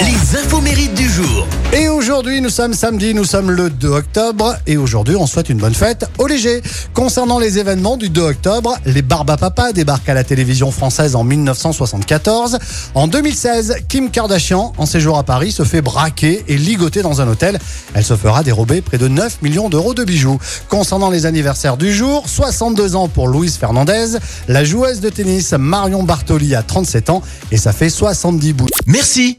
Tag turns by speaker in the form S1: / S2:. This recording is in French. S1: les infos mérites du jour.
S2: Et aujourd'hui, nous sommes samedi, nous sommes le 2 octobre. Et aujourd'hui, on souhaite une bonne fête au léger. Concernant les événements du 2 octobre, les Barbapapa débarquent à la télévision française en 1974. En 2016, Kim Kardashian, en séjour à Paris, se fait braquer et ligoter dans un hôtel. Elle se fera dérober près de 9 millions d'euros de bijoux. Concernant les anniversaires du jour, 62 ans pour Louise Fernandez, la joueuse de tennis Marion Bartoli a 37 ans et ça fait 70 bouts.
S1: Merci,